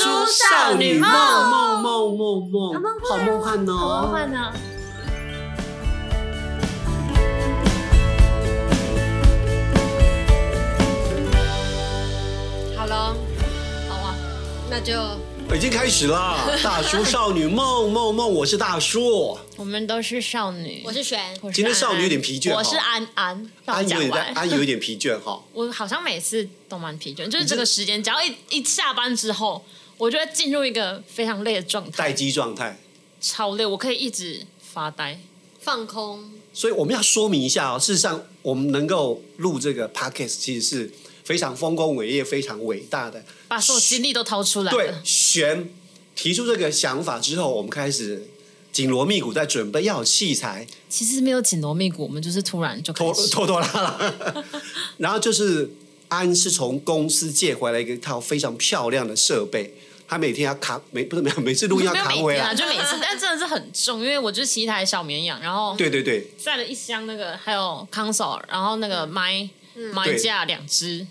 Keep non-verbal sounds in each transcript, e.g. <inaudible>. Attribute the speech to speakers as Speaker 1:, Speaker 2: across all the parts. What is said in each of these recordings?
Speaker 1: 少女梦
Speaker 2: 梦梦梦
Speaker 1: 好
Speaker 2: 梦好
Speaker 1: 梦，幻
Speaker 2: 梦幻哦！
Speaker 1: 好梦幻呢？
Speaker 3: 好了，好啊，那就
Speaker 2: 已经开始啦！
Speaker 1: <laughs>
Speaker 2: 大叔少女梦梦梦，我是大叔。
Speaker 1: 我们都是少女，
Speaker 3: 我是璇，
Speaker 1: 我是
Speaker 2: 今天
Speaker 1: 安
Speaker 2: 少女
Speaker 1: 安
Speaker 2: 有点疲倦
Speaker 1: 我
Speaker 2: 哦
Speaker 1: 是安安，让我
Speaker 2: 安有
Speaker 1: 讲
Speaker 2: 点
Speaker 1: 完。
Speaker 2: 安有一点疲倦哈，
Speaker 1: 我好像每次都蛮疲倦，就是这个时间，只要一一下班之后，我就会进入一个非常累的状态，
Speaker 2: 待机状态。
Speaker 1: 超累，我可以一直发呆。
Speaker 3: 放空，
Speaker 2: 所以我们要说明一下哦，事实上我们能够录这个 podcast，其实是非常丰功伟业、非常伟大的。
Speaker 1: 把所有精力都掏出来
Speaker 2: 对
Speaker 1: 了，，
Speaker 2: 璇提出这个想法之后，我们开始紧锣密鼓在准备，要有器材，
Speaker 1: 其实没有紧锣密鼓，我们就是突然就开
Speaker 2: 拖
Speaker 1: 始。
Speaker 2: 拖拖拉
Speaker 1: <laughs>
Speaker 2: 拉。然后就是安是从公司借回来一套非常漂亮的设备，他每天要扛，每不是 <laughs> 每每次录音要
Speaker 1: 没有
Speaker 2: 扛
Speaker 1: 每
Speaker 2: 回
Speaker 1: 天啊，
Speaker 2: 来。
Speaker 1: 就每次，但真的是很重，因为我就是骑一台小绵羊，然后
Speaker 2: 对对对，
Speaker 1: 载了一箱那个，还有 console，然后那个麦麦
Speaker 2: 嗯对
Speaker 1: 架两只，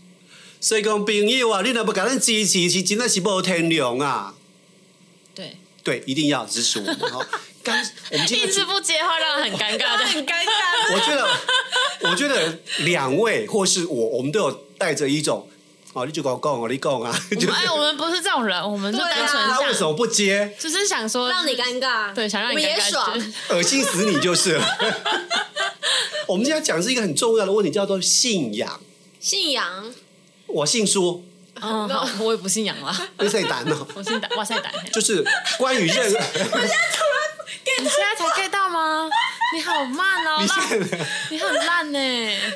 Speaker 2: 所以讲朋友啊，你若不给咱支持，是真的是无天良啊！
Speaker 1: 对，
Speaker 2: 对，一定要支持我们
Speaker 1: <laughs>
Speaker 2: 哦。刚我们今
Speaker 1: 一
Speaker 2: 天
Speaker 1: 直不接话，让人很尴尬的。
Speaker 3: 很尴尬。
Speaker 2: 我觉得，我觉得两位或是我，我们都有带着一种，哦，你就跟我讲，我你讲啊， <laughs> 就是
Speaker 1: 我们哎，我们不是这种人，我们就
Speaker 3: 对啊
Speaker 1: 单纯
Speaker 2: 他为什
Speaker 1: 想，
Speaker 2: 么不接？
Speaker 1: 就是想说
Speaker 3: 让你尴尬，
Speaker 1: 对，想让
Speaker 3: 我
Speaker 1: 你
Speaker 3: 们
Speaker 1: 尴
Speaker 3: 也
Speaker 1: 尬
Speaker 3: 爽
Speaker 1: 就。是
Speaker 2: 恶心死你就是了。我们今天讲是一个很重要的问题，叫做信仰。
Speaker 3: 信仰，
Speaker 2: 我姓苏，
Speaker 1: <laughs> 嗯，好，
Speaker 3: <laughs>
Speaker 1: 我也不信仰啦， <laughs>
Speaker 2: 你谁胆哦？
Speaker 1: 我姓胆，哇塞胆。嘿
Speaker 2: 就是关于任何， <laughs>
Speaker 1: 你现在才 get 到吗？你好慢
Speaker 2: <laughs>
Speaker 1: 哦，
Speaker 2: 你
Speaker 1: 烂
Speaker 2: 现在
Speaker 1: 你很烂呢。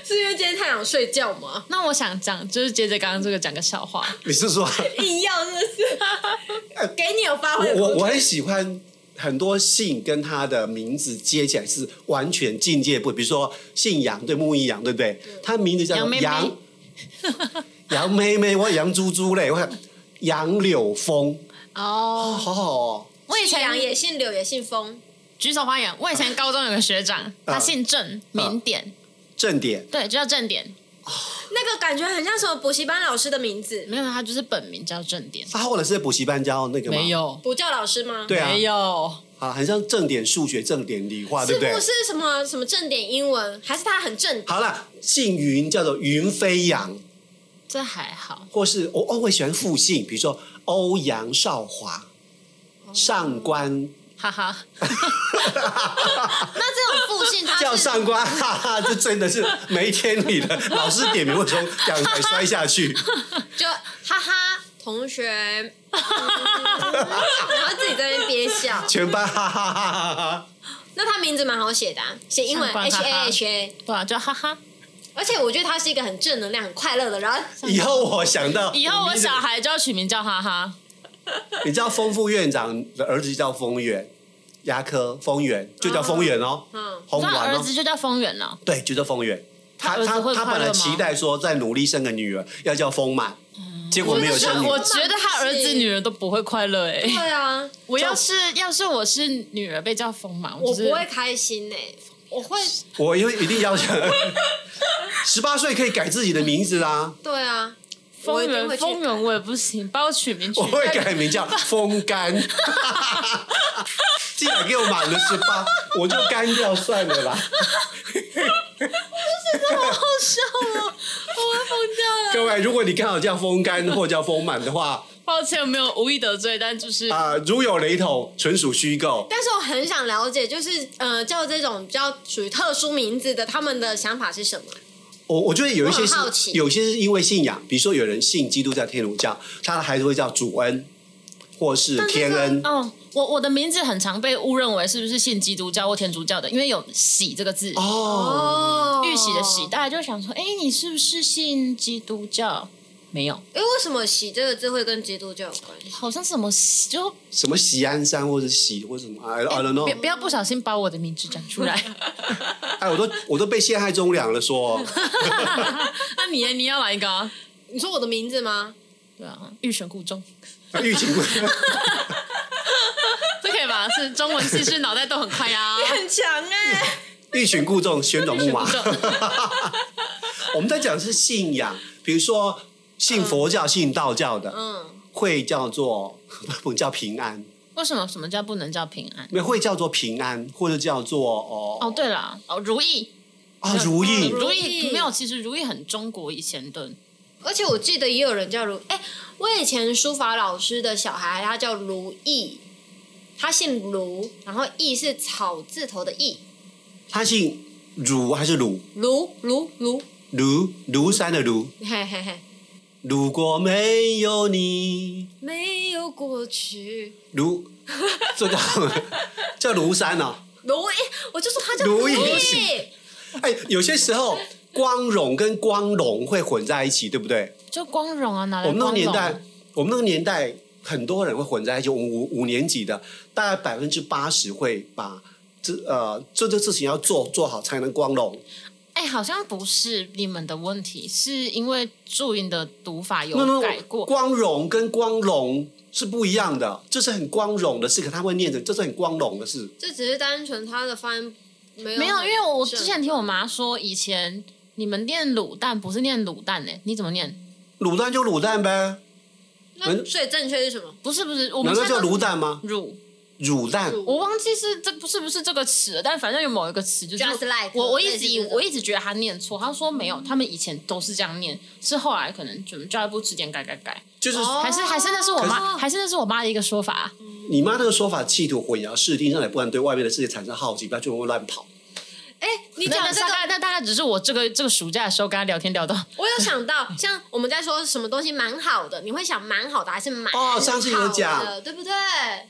Speaker 3: 是因为今天太想睡觉吗？
Speaker 1: 那我想讲，就是接着刚刚这个讲个笑话。
Speaker 2: 你是说？
Speaker 3: 硬要真的是， <laughs> 给你有发挥
Speaker 2: 我
Speaker 3: 的空
Speaker 2: 哎我
Speaker 3: 间。
Speaker 2: 我很喜欢很多姓跟他的名字接起来是完全境界不，比如说姓杨对木易杨对不对？他名字叫
Speaker 1: 杨
Speaker 2: 做
Speaker 1: 妹妹
Speaker 2: 杨杨妹妹或杨猪猪嘞，或杨柳风，哦，
Speaker 3: 哦，
Speaker 2: 好好哦。
Speaker 1: 我以
Speaker 3: 姓
Speaker 1: 前
Speaker 3: 杨也姓柳也姓风，
Speaker 1: 举手发言，我以前高中有个学长，
Speaker 2: 嗯
Speaker 1: 他姓郑，名典，
Speaker 2: 正点
Speaker 1: 对，就叫郑典，
Speaker 3: 那个感觉很像什么补习班老师的名字，
Speaker 1: 没有，他就是本名叫郑典，
Speaker 2: 他后来是在补习班教那个吗？
Speaker 1: 没，有，
Speaker 3: 补教老师吗？
Speaker 2: 对啊
Speaker 1: 没，有，
Speaker 2: 啊，很像正点数学、正点理啊化，对
Speaker 3: 是
Speaker 2: 不对
Speaker 3: 不？是什么什么正点英文，还是他很正？
Speaker 2: 好了，姓云叫做云飞扬，
Speaker 1: 这还好，
Speaker 2: 或是我我会喜欢复姓，比如说欧阳少华、
Speaker 1: 哦
Speaker 2: 上
Speaker 1: <laughs>
Speaker 2: 官
Speaker 1: 哈
Speaker 2: <laughs>
Speaker 1: 哈，
Speaker 3: 那这种复姓，他
Speaker 2: 叫
Speaker 3: 是
Speaker 2: 上官，哈哈，这真的是没天理的。老师点名会
Speaker 1: <laughs>
Speaker 2: 从阳台摔下去，
Speaker 3: 就哈哈同学，嗯然后自己在那边憋笑。
Speaker 2: 全班哈哈哈哈哈。
Speaker 3: 那他名字蛮好写的、啊，写英文
Speaker 1: 上官
Speaker 3: H
Speaker 1: 哈
Speaker 3: A
Speaker 1: 哈
Speaker 3: H A，
Speaker 1: 对啊，叫哈哈。
Speaker 3: 而且我觉得他是一个很正能量、很快乐的人。
Speaker 2: 以后我想到，
Speaker 1: 以后我
Speaker 2: 名字
Speaker 1: 小，孩就要取名叫哈哈，
Speaker 2: 你知道丰副院长的儿子叫丰源，牙科丰源就
Speaker 1: 啊
Speaker 2: 叫丰源哦，
Speaker 3: 嗯，
Speaker 2: 红
Speaker 1: 他
Speaker 2: 丸
Speaker 1: 儿
Speaker 2: 哦
Speaker 1: 子，就叫丰源了，
Speaker 2: 对，就叫丰源。他
Speaker 1: 他儿子
Speaker 2: 他
Speaker 1: 会
Speaker 2: 他
Speaker 1: 快乐
Speaker 2: 本来
Speaker 1: 吗
Speaker 2: 期待说再努力生个女儿，要叫丰满，结果没有生女
Speaker 1: 嗯我
Speaker 2: 儿。
Speaker 1: 觉得他儿子女儿都不会快乐哎、
Speaker 3: 对啊，
Speaker 1: 我要是要是我是女儿被叫丰满，
Speaker 3: 我
Speaker 1: 就是
Speaker 3: 不会开心呢、我会
Speaker 2: 我因为一定要求，十八岁可以改自己的名字啦，
Speaker 3: 对啊，我
Speaker 1: 丰
Speaker 3: 一定会去
Speaker 1: 源丰源我也不行，把我取名取
Speaker 2: 我会改名叫风干。既然给我满了十八，我就干掉算了啦。
Speaker 1: 好笑哦， <laughs> 我会疯掉了。
Speaker 2: 各位，如果你刚好叫风干或叫丰满的话，
Speaker 1: 抱歉，没有无意得罪，但就是、
Speaker 2: 啊、如有雷同，纯属虚构。
Speaker 3: 但是我很想了解，就是呃，叫这种比较属于特殊名字的，他们的想法是什么？
Speaker 2: 我我觉得有一些
Speaker 3: 我很好奇
Speaker 2: 是，有些是因为信仰，比如说有人信基督教、天主教，他的孩子会叫主恩或是天恩。
Speaker 1: 哦，我我的名字很常被误认为是不是信基督教或天主教的，因为有“喜”这个字，
Speaker 2: 哦，
Speaker 3: 哦
Speaker 1: 玉玺的玺，大家就想说，哎，你是不是信基督教？没有，
Speaker 3: 哎，为什么“喜”这个字会跟基督教有关系？
Speaker 1: 好像什么喜就
Speaker 2: 什么喜安山或者喜或者什么，I I don't
Speaker 1: 别
Speaker 2: know。
Speaker 1: 不要不小心把我的名字讲出 <laughs> 来。
Speaker 2: 哎，我都我都被陷害忠良了说。
Speaker 1: 那你呢你要来一个、啊？
Speaker 3: 你说我的名字吗？
Speaker 1: 对啊，欲选故中，
Speaker 2: 玉警官，
Speaker 1: 这可以吧？是中文系，是脑袋都很欸快 <laughs> 呀、啊。
Speaker 3: 很强哎、
Speaker 2: 欲擒故纵，旋转木马。我们在讲的是信仰，比如说信佛教、信道教的，
Speaker 3: 嗯，
Speaker 2: 会叫做不叫平安，
Speaker 1: <laughs> 为什么什么叫不能叫平安？
Speaker 2: 没有会叫做平安，或者叫做哦
Speaker 1: 哦，对啦，哦，如意，
Speaker 2: 啊如意
Speaker 3: 哦
Speaker 1: 如
Speaker 3: 如意
Speaker 1: 意没有，其实如意很中国以前的，
Speaker 3: 而且我记得也有人叫如，哎、我以前书法老师的小孩，他叫如意，他姓卢，然后意是草字头的意，
Speaker 2: 他姓儒还是鲁？
Speaker 3: 卢卢卢，
Speaker 2: 庐庐山的庐。
Speaker 3: 嘿嘿嘿，
Speaker 2: 如果没有你，
Speaker 3: 没有过去，
Speaker 2: 如这个叫庐山哦。
Speaker 3: 如意，我就说他叫
Speaker 2: 如
Speaker 3: 意，
Speaker 2: 意哎，有些时候光荣跟光荣会混在一起，对不对？
Speaker 1: 就光荣啊，哪来
Speaker 2: 我们哦那个
Speaker 1: 光
Speaker 2: 年
Speaker 1: 荣
Speaker 2: 代
Speaker 1: 啊？，
Speaker 2: 我们那个年代很多人会混在一起。我们五五年级的，大概百分之八十会把这呃这件事情要做做好才能光荣。
Speaker 1: 哎，好像不是你们的问题，是因为注音的读法
Speaker 2: 那
Speaker 1: 有
Speaker 2: 么
Speaker 1: 改过。
Speaker 2: 光荣跟光荣是不一样的，这是很光荣的事，可他会念成这是很光荣的事。
Speaker 3: 这只是单纯他的发音没有
Speaker 1: 没
Speaker 3: 没
Speaker 1: 有，因为我之前听我妈说，以前你们念卤蛋不是念卤蛋呢、你怎么念？
Speaker 2: 卤蛋就卤蛋呗，
Speaker 3: 那
Speaker 2: 嗯
Speaker 3: 最正确是什么？
Speaker 1: 不是不是，我
Speaker 2: 难
Speaker 1: 们
Speaker 2: 道
Speaker 1: 现在
Speaker 2: 叫
Speaker 1: 都
Speaker 2: 卤蛋吗？
Speaker 1: 乳
Speaker 2: 卤蛋
Speaker 1: 我忘记是这不是不是这个词了，但反正有某一个词就是
Speaker 3: Just like，
Speaker 1: 我我一直以
Speaker 3: 类似这种
Speaker 1: 我一直觉得他念错，他说没有，他们以前都是这样念，是后来可能准教育部之前改改改，
Speaker 2: 就是
Speaker 3: 哦
Speaker 1: 还是还是那是我妈，还是那是我妈的一个说法啊，
Speaker 2: 你妈那个说法，企图混淆视听，让你不然对外面的世界产生好奇，不要就会乱跑。
Speaker 3: 哎、你
Speaker 1: 那
Speaker 3: 讲
Speaker 1: 那
Speaker 3: 这
Speaker 1: 大
Speaker 3: 个嗯
Speaker 1: 概那大概只是我这个这个暑假的时候跟他聊天聊到，
Speaker 3: 我有想到，像我们在说什么东西蛮好的，你会想蛮好的还是蛮
Speaker 2: 哦上次有讲
Speaker 3: 好的对不对？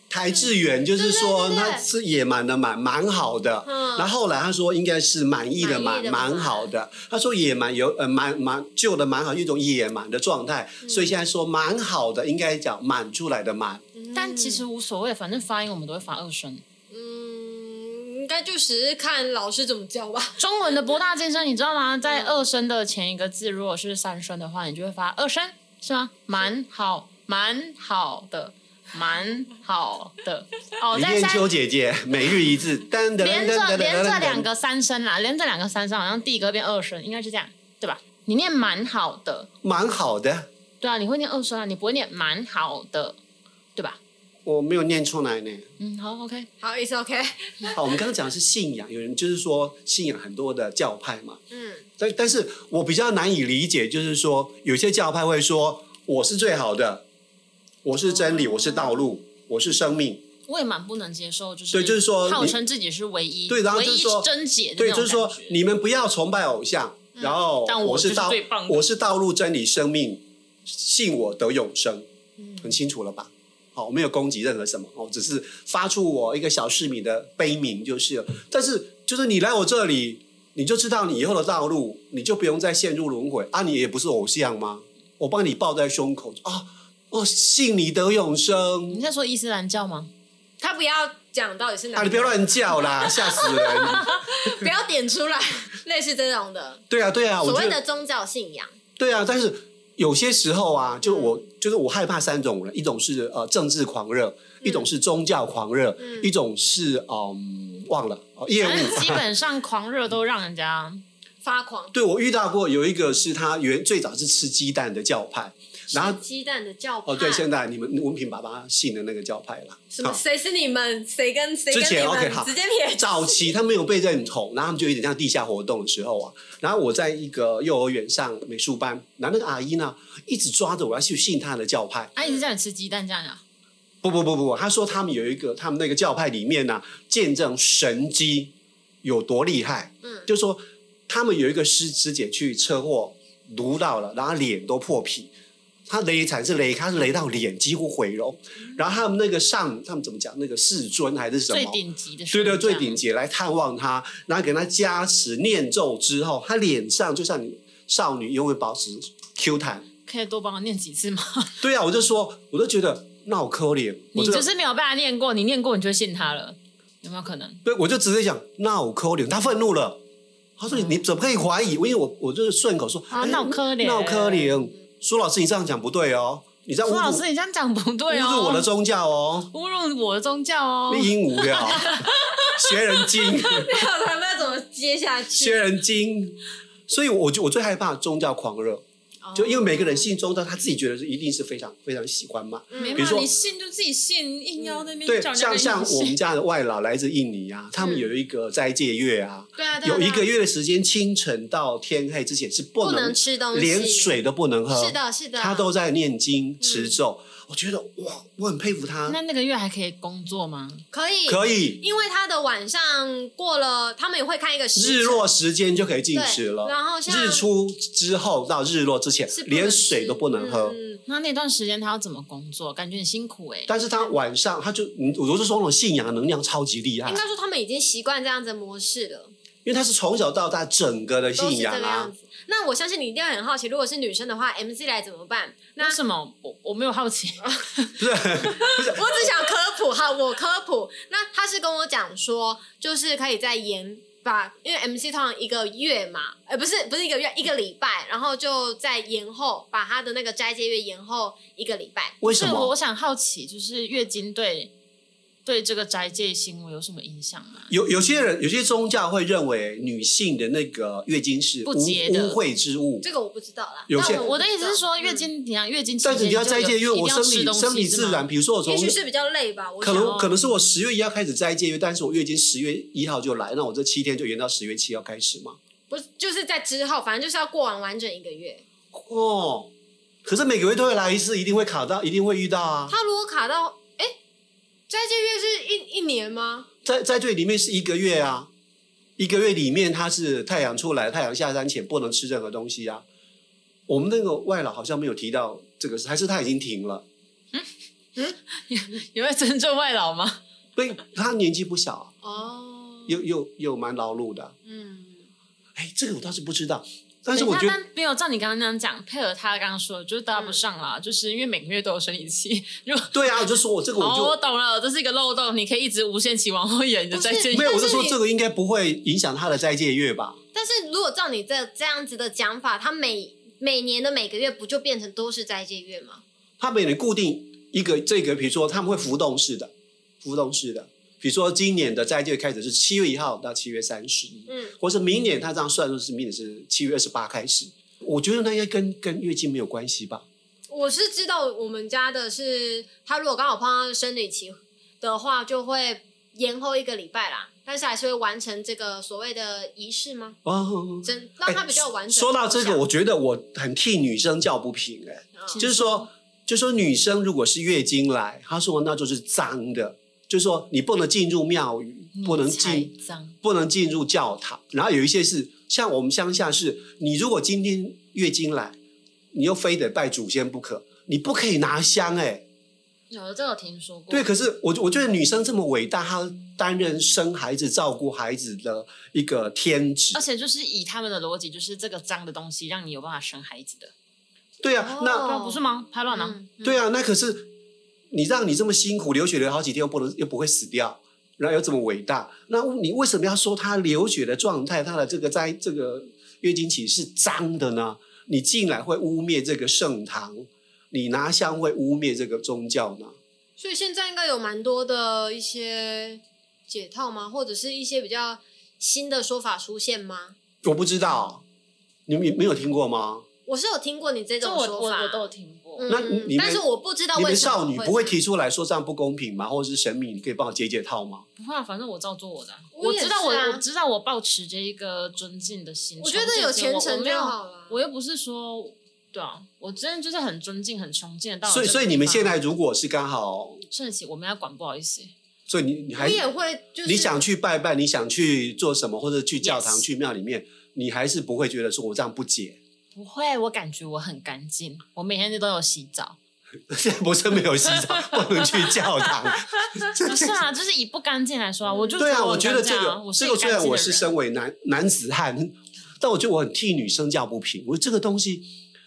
Speaker 2: 台志远就是说
Speaker 3: 对对对对
Speaker 2: 他是也蛮的蛮蛮好的，
Speaker 3: 嗯
Speaker 2: 然后后来他说应该是满意的
Speaker 3: 满
Speaker 2: 蛮
Speaker 3: 意的
Speaker 2: 蛮好的，他说野蛮有呃蛮蛮旧的蛮好，一种野蛮的状态，
Speaker 3: 嗯
Speaker 2: 所以现在说蛮好的应该讲满出来的满，
Speaker 1: 但其实无所谓，反正发音我们都会发二声。
Speaker 3: 嗯，应该就只是看老师怎么教吧。 <laughs>
Speaker 1: 中文的博大精深，你知道
Speaker 2: 嗯
Speaker 1: 吗？在二声的前一个字，如果是三声的话，你就会发二声，是吗？蛮好，蛮好的，蛮好的。哦，
Speaker 2: 李
Speaker 1: 在
Speaker 2: 艳
Speaker 1: 三
Speaker 2: 秋姐姐每日
Speaker 3: <laughs>
Speaker 2: 一字，噔噔噔
Speaker 1: 连着
Speaker 2: 噔
Speaker 1: 连着
Speaker 2: 噔
Speaker 1: 两
Speaker 2: 噔噔，
Speaker 1: 个三声啦，连着两个三声，好像第一个变二声，应该是这样，对吧？你念蛮好的，
Speaker 2: 蛮好的，
Speaker 1: 对啊，你会念二声啊，你不会念蛮好的，对吧？
Speaker 2: 我没有念出来呢。
Speaker 1: 嗯，好，OK。
Speaker 3: 好，it's OK。
Speaker 2: 好，我们刚刚讲的是信仰，有人就是说信仰很多的教派嘛，
Speaker 3: 嗯，
Speaker 2: 但但是我比较难以理解，就是说有些教派会说我是最好的，我是真理，我是道路，我是生命。
Speaker 1: 我也蛮不能接受，就是
Speaker 2: 对就是说
Speaker 1: 号
Speaker 2: 你
Speaker 1: 称自己是唯一，
Speaker 2: 对然后
Speaker 1: 唯
Speaker 2: 就
Speaker 1: 一
Speaker 2: 是说
Speaker 1: 真解的
Speaker 2: 对，
Speaker 1: 那
Speaker 2: 就
Speaker 1: 种
Speaker 2: 是说
Speaker 1: 感觉嗯
Speaker 2: 你们不要崇拜偶像，然后
Speaker 1: 但我
Speaker 2: 是
Speaker 1: 就是
Speaker 2: 道
Speaker 1: 最棒，的
Speaker 2: 我是道路、真理、生命，信我得永生，
Speaker 1: 嗯
Speaker 2: 很清楚了吧？好，我没有攻击任何什么，哦，只是发出我一个小市民的悲鸣就是了。但是就是你来我这里，你就知道你以后的道路，你就不用再陷入轮回啊！你也不是偶像吗？我帮你抱在胸口啊，我、信你得永生。
Speaker 1: 你在说伊斯兰教吗？
Speaker 3: 他不要讲到底是哪
Speaker 2: 啊！
Speaker 3: 个，
Speaker 2: 你不要乱叫啦，吓死人！
Speaker 3: 不要点出来，类似这种的
Speaker 2: 对啊，对啊，我
Speaker 3: 所
Speaker 2: 觉
Speaker 3: 谓
Speaker 2: 得。
Speaker 3: 的宗教信仰。
Speaker 2: 对啊，但是有些时候啊，就我、就是我害怕三种人，一种是呃政治狂热，一种是宗教狂热，
Speaker 3: 嗯
Speaker 2: 一种是嗯忘了哦业务
Speaker 1: 反。正 <laughs> 基本上狂热都让人家
Speaker 3: 发狂，
Speaker 2: <laughs> 对我遇到过有一个是他原最早是吃鸡蛋的教派，然后
Speaker 3: 吃鸡蛋的教派，
Speaker 2: 哦对，现在你们文凭爸爸信的那个教派啦，
Speaker 3: 什么
Speaker 2: 好
Speaker 3: 谁是你们，谁跟谁
Speaker 2: 之
Speaker 3: 跟
Speaker 2: 前
Speaker 3: 你
Speaker 2: OK 好
Speaker 3: 们，直接撇除
Speaker 2: 早期他没有被认同，然后他们就有点像地下活动的时候啊。然后我在一个幼儿园上美术班，然后那个阿姨呢一直抓着我要去信她的教派，
Speaker 1: 啊一直叫你吃鸡蛋这样啊，
Speaker 2: 不不不不，不，他说他们有一个，他们那个教派里面呢、见证神机有多厉害。
Speaker 3: <laughs> 嗯
Speaker 2: 就说他们有一个师师姐去车祸毒到了，然后脸都破皮，他雷惨是雷，他是雷到脸几乎毁容。然后他们那个上，他们怎么讲？那个世尊还是什么
Speaker 1: 最？顶级的
Speaker 2: 对
Speaker 1: 学
Speaker 2: 对，
Speaker 1: 长，
Speaker 2: 最顶级来探望他，然后给他加持念咒之后，他脸上就像你少女永远保持 Q 弹。
Speaker 1: 可以多帮我念几次吗？
Speaker 2: 对啊，我就说，我就觉得闹可怜， <laughs> 我
Speaker 1: 你
Speaker 2: 这个
Speaker 1: 就是没有被他念过，你念过你就信他了，有没有可能？
Speaker 2: 对，我就直接讲闹可怜，他愤怒了。他说你：“你怎么可以怀疑？因为我我就是顺口说
Speaker 1: 嗯啊
Speaker 2: 哎
Speaker 1: 闹可怜
Speaker 2: 闹可怜。苏老师，你这样讲不对哦，你在侮
Speaker 1: 苏老
Speaker 2: 辱
Speaker 1: 师，你这样讲不
Speaker 2: 侮
Speaker 1: 对
Speaker 2: 辱
Speaker 1: 哦，
Speaker 2: 我的宗教哦，
Speaker 1: 侮辱我的宗教哦
Speaker 2: 你。鹦鹉
Speaker 1: <laughs>
Speaker 2: 呀，学人精，
Speaker 3: 我他们要怎么接下去？
Speaker 1: 哦
Speaker 2: 学人精。所以我就我最害怕宗教狂热，
Speaker 3: 哦
Speaker 2: 就因为每个人信中道，他自己觉得是一定是非常非常喜欢嘛。
Speaker 1: 嗯
Speaker 3: 没
Speaker 4: 没
Speaker 2: 比如
Speaker 4: 嘛，
Speaker 2: 说
Speaker 4: 你信就自己信，硬要那边
Speaker 2: 对，
Speaker 4: 叫人家
Speaker 2: 像
Speaker 4: 跟
Speaker 2: 像
Speaker 4: 你
Speaker 2: 我们
Speaker 4: 信，
Speaker 2: 家的外老来自印尼啊，他
Speaker 1: 嗯
Speaker 2: 们有一个斋戒月啊，
Speaker 3: 对啊，对啊
Speaker 2: 有一个
Speaker 3: 对啊
Speaker 2: 月的时间，清晨到天黑之前是不
Speaker 3: 不能
Speaker 2: 能
Speaker 3: 吃东西，
Speaker 2: 连水都不能喝，
Speaker 3: 是的，是的，
Speaker 2: 他都在念经持咒。我觉得哇，我很佩服他，
Speaker 1: 那那个月还可以工作吗？
Speaker 3: 可以，
Speaker 2: 可以
Speaker 3: 因为他的晚上过了，他们也会看一个时辰
Speaker 2: 日落时间就可以进
Speaker 3: 对
Speaker 2: 食了。
Speaker 3: 然后像
Speaker 2: 日出之后到日落之前
Speaker 3: 是，不能
Speaker 2: 连水都不能
Speaker 3: 吃
Speaker 2: 喝。
Speaker 3: 嗯
Speaker 1: 那那段时间他要怎么工作？感觉很辛苦哎、
Speaker 2: 但是他晚上他就，嗯我就是说那种信仰能量超级厉害
Speaker 3: 应，该说他们已经习惯这样子的模式了，
Speaker 2: 因为他是从小到大整个的
Speaker 3: 都是
Speaker 2: 信
Speaker 3: 这
Speaker 2: 仰
Speaker 3: 个
Speaker 2: 啊
Speaker 3: 样。子。那我相信你一定会很好奇，如果是女生的话，MC 来怎么办？那
Speaker 1: 为什么我我没有好奇？
Speaker 3: 我只想科普哈，我科普。那他是跟我讲说，就是可以在延把，因为 MC 通常一个月嘛，呃，不是不是一个月，一个礼拜，然后就在延后把他的那个斋戒月延后一个礼拜。
Speaker 2: 为
Speaker 1: 是
Speaker 2: 什
Speaker 1: 我我
Speaker 2: 么？
Speaker 1: 想好奇，就是月经对对这个斋戒行为有什么影响吗？
Speaker 2: 有有些人有些宗教会认为女性的那个月经是污
Speaker 1: 不
Speaker 2: 污
Speaker 1: 洁的
Speaker 2: 秽之物，
Speaker 3: 这个我不知道啦。
Speaker 2: 有些
Speaker 3: 但
Speaker 1: 我的意思是说，
Speaker 3: 嗯
Speaker 1: 月经你看月经期间
Speaker 2: 但
Speaker 1: 就
Speaker 2: 是
Speaker 1: 有，
Speaker 2: 你要斋戒月，
Speaker 1: 一定
Speaker 2: 我
Speaker 1: 要
Speaker 2: 生
Speaker 1: 吃
Speaker 2: 理
Speaker 1: 东西
Speaker 2: 生理自然，，比如说我从
Speaker 3: 也许是比较累吧，我
Speaker 2: 可
Speaker 3: 想
Speaker 1: 哦
Speaker 2: 能可能是我十月一号开始斋戒月，但是我月经十月一号就来，那我这七天就延到十月七号开始嘛。
Speaker 3: 不是就是在之后，反正就是要过完完整一个月。
Speaker 2: 哦，可是每个月都会来一次，一定会卡到，一定会遇到啊。
Speaker 3: 他如果卡到哎斋戒月是一一年吗？
Speaker 2: 在在这里面是一个月啊，一个月里面它是太阳出来、太阳下山前不能吃任何东西啊。我们那个外老好像没有提到这个事，还是他已经停了？
Speaker 1: 有会尊重外劳吗？
Speaker 2: 所以他年纪不小啊，
Speaker 3: 哦，
Speaker 2: 又又又蛮劳碌的啊。
Speaker 3: 嗯，
Speaker 2: 哎，这个我倒是不知道，但 <laughs> 是我
Speaker 1: 等
Speaker 2: 觉得嗯
Speaker 1: 一下哎但没有照你刚刚那样讲，配合他刚刚说的，就是搭不上啦，就是因为每个月都有生理期。如果
Speaker 2: 对啊，我就说我这个我
Speaker 1: 哦，
Speaker 2: 就
Speaker 1: 我懂了，这是一个漏洞，你可以一直无限期往后延你的
Speaker 3: 不是
Speaker 1: 斋戒
Speaker 2: 没有，
Speaker 1: 月。
Speaker 2: 我是
Speaker 3: 但是
Speaker 2: 说
Speaker 3: 你
Speaker 2: 这个应该不会影响他的斋戒月吧？
Speaker 3: 但是如果照你这这样子的讲法，他每每年的每个月不就变成都是斋戒月吗？
Speaker 2: 他每年固定一个这个，比如说他们会浮动式的，浮动式的，比如说今年的斋戒开始是七月一号到七月三十一，
Speaker 3: 嗯，
Speaker 2: 或是明年他这样算就是明年是七月二十八开始。我觉得那应该跟跟月经没有关系吧？
Speaker 3: 我是知道我们家的是，他如果刚好碰到生理期的话，就会延后一个礼拜啦，但是还是会完成这个所谓的仪式吗？
Speaker 2: 哦，
Speaker 3: 真让他比较完整。
Speaker 2: 说到这个，我觉得我很替女生叫不平哎、
Speaker 3: 嗯
Speaker 2: 就是说，就说女生如果是月经来，她说那就是脏的，就说你不能进入庙宇，不能
Speaker 1: 你才
Speaker 2: 进
Speaker 1: 脏，
Speaker 2: 不能进入教堂。然后有一些是像我们乡下是，你如果今天月经来，你又非得拜祖先不可，你不可以拿香哎、
Speaker 1: 有的这有听说
Speaker 3: 哦
Speaker 1: 过。
Speaker 2: 对，可是我我觉得女生这么伟大，她担任生孩子、照顾孩子的一个天职
Speaker 1: 而。且就是以他们的逻辑，就是这个脏的东西让你有办法生孩子的，
Speaker 2: 对啊，
Speaker 3: 哦
Speaker 2: 那
Speaker 1: 对啊不是吗？拍乱了，
Speaker 3: 嗯，
Speaker 2: 对啊，那可是你让你这么辛苦流血流好几天，又不能又不会死掉。然后又这么伟大，那你为什么要说她流血的状态，她的这个灾这个月经期是脏的呢？你进来会污蔑这个圣堂，你拿香会污蔑这个宗教呢？
Speaker 3: 所以现在应该有蛮多的一些解套吗？或者是一些比较新的说法出现吗？
Speaker 2: 我不知道，你们没有听过吗？
Speaker 3: 我是有听过你这
Speaker 1: 这
Speaker 3: 种
Speaker 1: 我
Speaker 3: 说
Speaker 1: 我
Speaker 3: 法，
Speaker 1: 我都有听过。
Speaker 3: 嗯
Speaker 2: 那
Speaker 3: 嗯
Speaker 2: 你们
Speaker 3: 但是我不知道
Speaker 2: 你
Speaker 3: 为
Speaker 2: 们
Speaker 3: 什么
Speaker 2: 少女不会提出来说这样不公平吗？或者是神明，你可以帮我解解套吗？
Speaker 1: 不怕，反正我照做我的啊。
Speaker 3: 我
Speaker 1: 我
Speaker 3: 也
Speaker 1: 知道我
Speaker 3: 是啊
Speaker 1: 我知道我保持着一个尊敬的心。
Speaker 3: 我觉得
Speaker 1: 崇
Speaker 3: 有
Speaker 1: 敬之
Speaker 3: 虔
Speaker 1: 我我
Speaker 3: 诚
Speaker 1: 没
Speaker 3: 就
Speaker 1: 有
Speaker 3: 好了。
Speaker 1: 我又不是说，对啊，我真的就是很尊敬、很崇敬
Speaker 3: 哦
Speaker 1: 的到了
Speaker 2: 所以，
Speaker 1: 这个
Speaker 2: 所以你们
Speaker 1: 地方
Speaker 2: 现在如果是刚好，
Speaker 1: 圣喜我们要管，不好意思，
Speaker 2: 所以你你
Speaker 3: 我
Speaker 2: 还
Speaker 3: 也会就是
Speaker 2: 你想去拜拜，你想去做什么，或者去教堂、
Speaker 1: Yes
Speaker 2: 去庙里面，你还是不会觉得说我这样不解， <laughs>
Speaker 1: 不会，我感觉我很干净，我每天都有洗澡。
Speaker 2: 不是没有洗澡，不能去教堂。
Speaker 1: 不是啊，就是以不干净来说啊，我就
Speaker 2: 对啊，
Speaker 1: 我
Speaker 2: 我
Speaker 1: 很
Speaker 2: 觉得
Speaker 1: 干
Speaker 2: 这
Speaker 1: 净啊
Speaker 2: 个
Speaker 1: 我
Speaker 2: 这
Speaker 1: 一
Speaker 2: 个虽然
Speaker 1: 干净
Speaker 2: 我
Speaker 1: 的
Speaker 2: 是
Speaker 1: 人
Speaker 2: 身为男男子汉，但我觉得我很替女生叫不平。我说这个东西，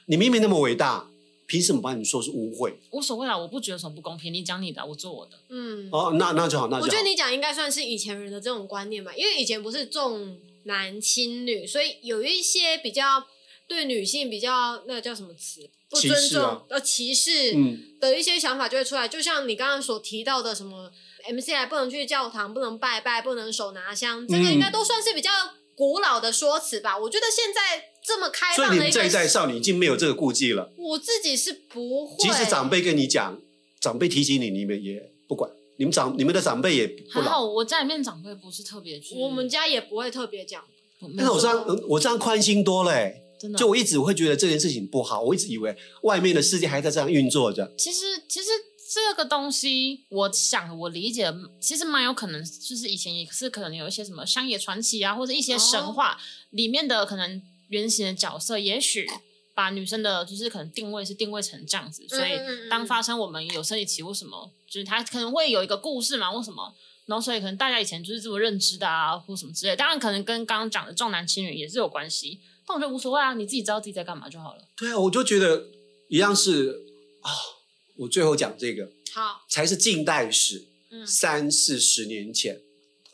Speaker 2: 你明明那么伟大，凭什么把你说是污秽？
Speaker 1: 无所谓啦，我不觉得有什么不公平。你讲你的，我做我的。
Speaker 3: 嗯，
Speaker 2: 哦，那那就好，那就
Speaker 3: 我
Speaker 2: 好
Speaker 3: 觉得。你讲应该算是以前人的这种观念吧，因为以前不是重男轻女，所以有一些比较对女性比较那个叫什么词不
Speaker 2: 歧
Speaker 3: 尊
Speaker 2: 视
Speaker 3: 重
Speaker 2: 啊
Speaker 3: 呃歧视
Speaker 2: 嗯，
Speaker 3: 的一些想法就会出来，就像你刚刚所提到的什么 MC 来不能去教堂，不能拜拜，不能手拿香，这个
Speaker 2: 嗯
Speaker 3: 应该都算是比较古老的说辞吧。我觉得现在这这么开
Speaker 2: 所以
Speaker 3: 放
Speaker 2: 你
Speaker 3: 的
Speaker 2: 们
Speaker 3: 一
Speaker 2: 这
Speaker 3: 个
Speaker 2: 一代少女已经没有这个顾忌了。
Speaker 3: 我自己是不会，
Speaker 2: 即使长辈跟你讲，长辈提醒你，你们也不管。你们长你们的长辈也不
Speaker 1: 还
Speaker 2: 老。
Speaker 1: 好我家里面长辈不是特别去，
Speaker 3: 我们家也不会特别讲。
Speaker 2: 嗯但是我这样我这样宽心多了、欸。
Speaker 1: 真的
Speaker 2: 就我一直会觉得这件事情不好，我一直以为外面的世界还在这样运作着。
Speaker 1: 其实其实这个东西，我想我理解，其实蛮有可能就是以前也是可能有一些什么乡野传奇啊，或者一些神话、里面的可能原型的角色，也许把女生的就是可能定位是定位成这样子，所以
Speaker 3: 嗯嗯
Speaker 1: 当发生我们有生理期或什么，就是它可能会有一个故事嘛，或什么。然后，所以可能大家以前就是这么认知的啊，或什么之类的。当然，可能跟刚刚讲的重男轻女也是有关系，但我觉得无所谓啊，你自己知道自己在干嘛就好了。
Speaker 2: 对啊，我就觉得一样是啊、我最后讲这个
Speaker 3: 好，
Speaker 2: 才是近代史，
Speaker 3: 嗯
Speaker 2: 三四十年前，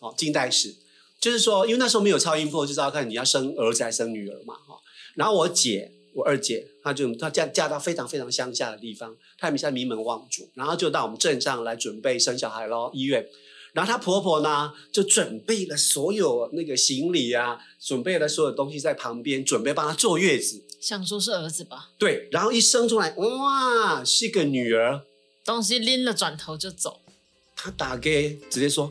Speaker 2: 哦，近代史就是说，因为那时候没有超音波，就知道看你要生儿子还是生女儿嘛，哈、然后我姐，我二姐，她就她嫁嫁到非常非常乡下的地方，她名下名门望族，然后就到我们镇上来准备生小孩咯，医院。然后她婆婆呢，就准备了所有那个行李啊，准备了所有东西在旁边，准备帮她坐月子。
Speaker 1: 想说是儿子吧，
Speaker 2: 对，然后一生出来，哇，是个女儿，
Speaker 1: 东西拎了转头就走。
Speaker 2: 他打给直接说：“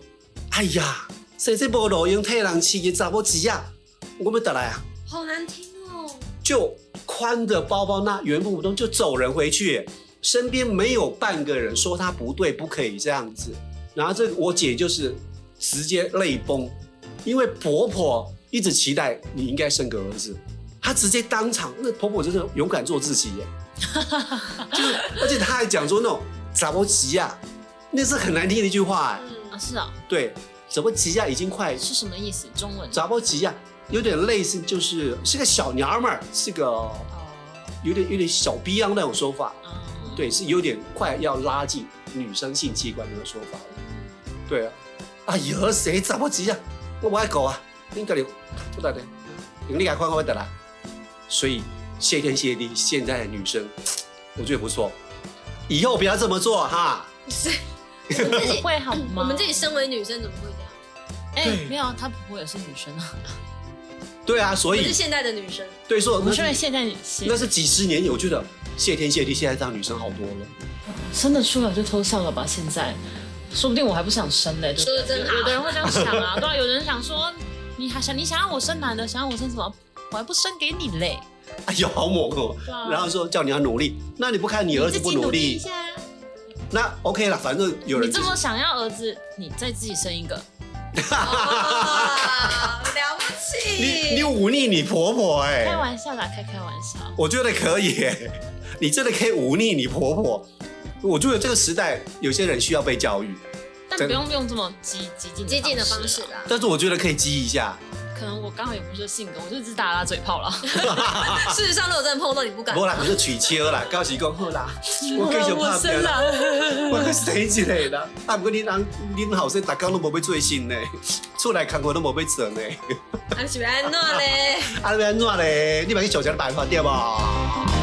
Speaker 2: 哎呀，谁这波路用太人去的查某子啊，我们得来啊，
Speaker 3: 好难听哦。
Speaker 2: 就宽着包包那原封不动就走人回去，身边没有半个人说他不对，不可以这样子。然后这个我姐就是直接泪崩，因为婆婆一直期待你应该生个儿子，她直接当场，那婆婆真的勇敢做自己耶，就是而且她还讲说那种查某子啊，那是很难听的一句话哎。”
Speaker 1: 啊，
Speaker 3: 嗯，
Speaker 1: 是啊，
Speaker 2: 对，怎么吉亚已经快，
Speaker 1: 是什么意思？中文？
Speaker 2: 咋不吉亚有点类似，就是是个小娘们儿，是个
Speaker 1: 哦，
Speaker 2: 有点有点小逼样那种说法，
Speaker 1: 嗯，
Speaker 2: 对，是有点快要拉近女生性器官那种说法了。对啊，哎呀，谁咋不吉亚？我不爱狗啊，你到底不到底？你赶快快的啦！所以谢天谢地，现在的女生我觉得不错，以后不要这么做哈。
Speaker 3: 是
Speaker 1: 我 <laughs> 们自己嗯会好吗？
Speaker 3: 我们自己身为女生怎么会这样？
Speaker 1: 哎
Speaker 2: 对，
Speaker 1: 没有啊，她婆婆也是女生
Speaker 2: <laughs>
Speaker 1: 啊。
Speaker 2: 对啊，所
Speaker 3: 不是
Speaker 2: 以
Speaker 3: 现代的女生，
Speaker 2: 对说
Speaker 1: 我
Speaker 2: 那
Speaker 1: 们身为现代女性
Speaker 2: 那，是几十年有，我觉得谢天谢地，现在这样女生好多了。
Speaker 1: 生得出来就偷笑了吧？现在，说不定我还不想生嘞。对不对
Speaker 3: 说得真好
Speaker 1: 有有的人会这样想啊， <laughs> 对啊，有人想说，你还想你想让我生男的，想让我生什么？我还不生给你嘞。
Speaker 2: 哎呦，好猛哦！
Speaker 1: 对啊
Speaker 2: 然后说叫你要努力，那你不看你儿子
Speaker 3: 自
Speaker 2: 不
Speaker 3: 己
Speaker 2: 努
Speaker 3: 力
Speaker 2: 力
Speaker 3: 一，下。
Speaker 2: 那 OK 了，反正有
Speaker 1: 你
Speaker 2: 人就
Speaker 1: 这
Speaker 2: 是
Speaker 1: 么想要儿子，你再自己生一个。
Speaker 3: 哇，了不
Speaker 2: 你
Speaker 3: 起！
Speaker 2: 你忤逆你婆婆哎、
Speaker 1: 开玩笑啦，开开玩笑。
Speaker 2: 我觉得可以、 <laughs> 你真的可以忤逆你婆婆。我觉得这个时代有些人需要被教育，
Speaker 1: 但
Speaker 2: 真的
Speaker 1: 不用不用这么激激进
Speaker 3: 激进的方式
Speaker 1: 啊
Speaker 3: 啦，
Speaker 2: 但是我觉得可以激一下。
Speaker 1: 可能我刚好也不是性格，我就只打打嘴炮了。
Speaker 3: 事实上，如果真的碰到，你不敢
Speaker 2: 不。啦，我就取切啦，高级讲好啦，我继续拍
Speaker 1: 生
Speaker 2: 片啦，
Speaker 1: 了，
Speaker 2: 我去生一个啦。啊，不过恁人恁后生，大家都无要做新呢，出来工课都无要做呢。
Speaker 3: 啊，是安诺嘞。
Speaker 2: 啊，要安怎咧？你嘛去想一个办法对无？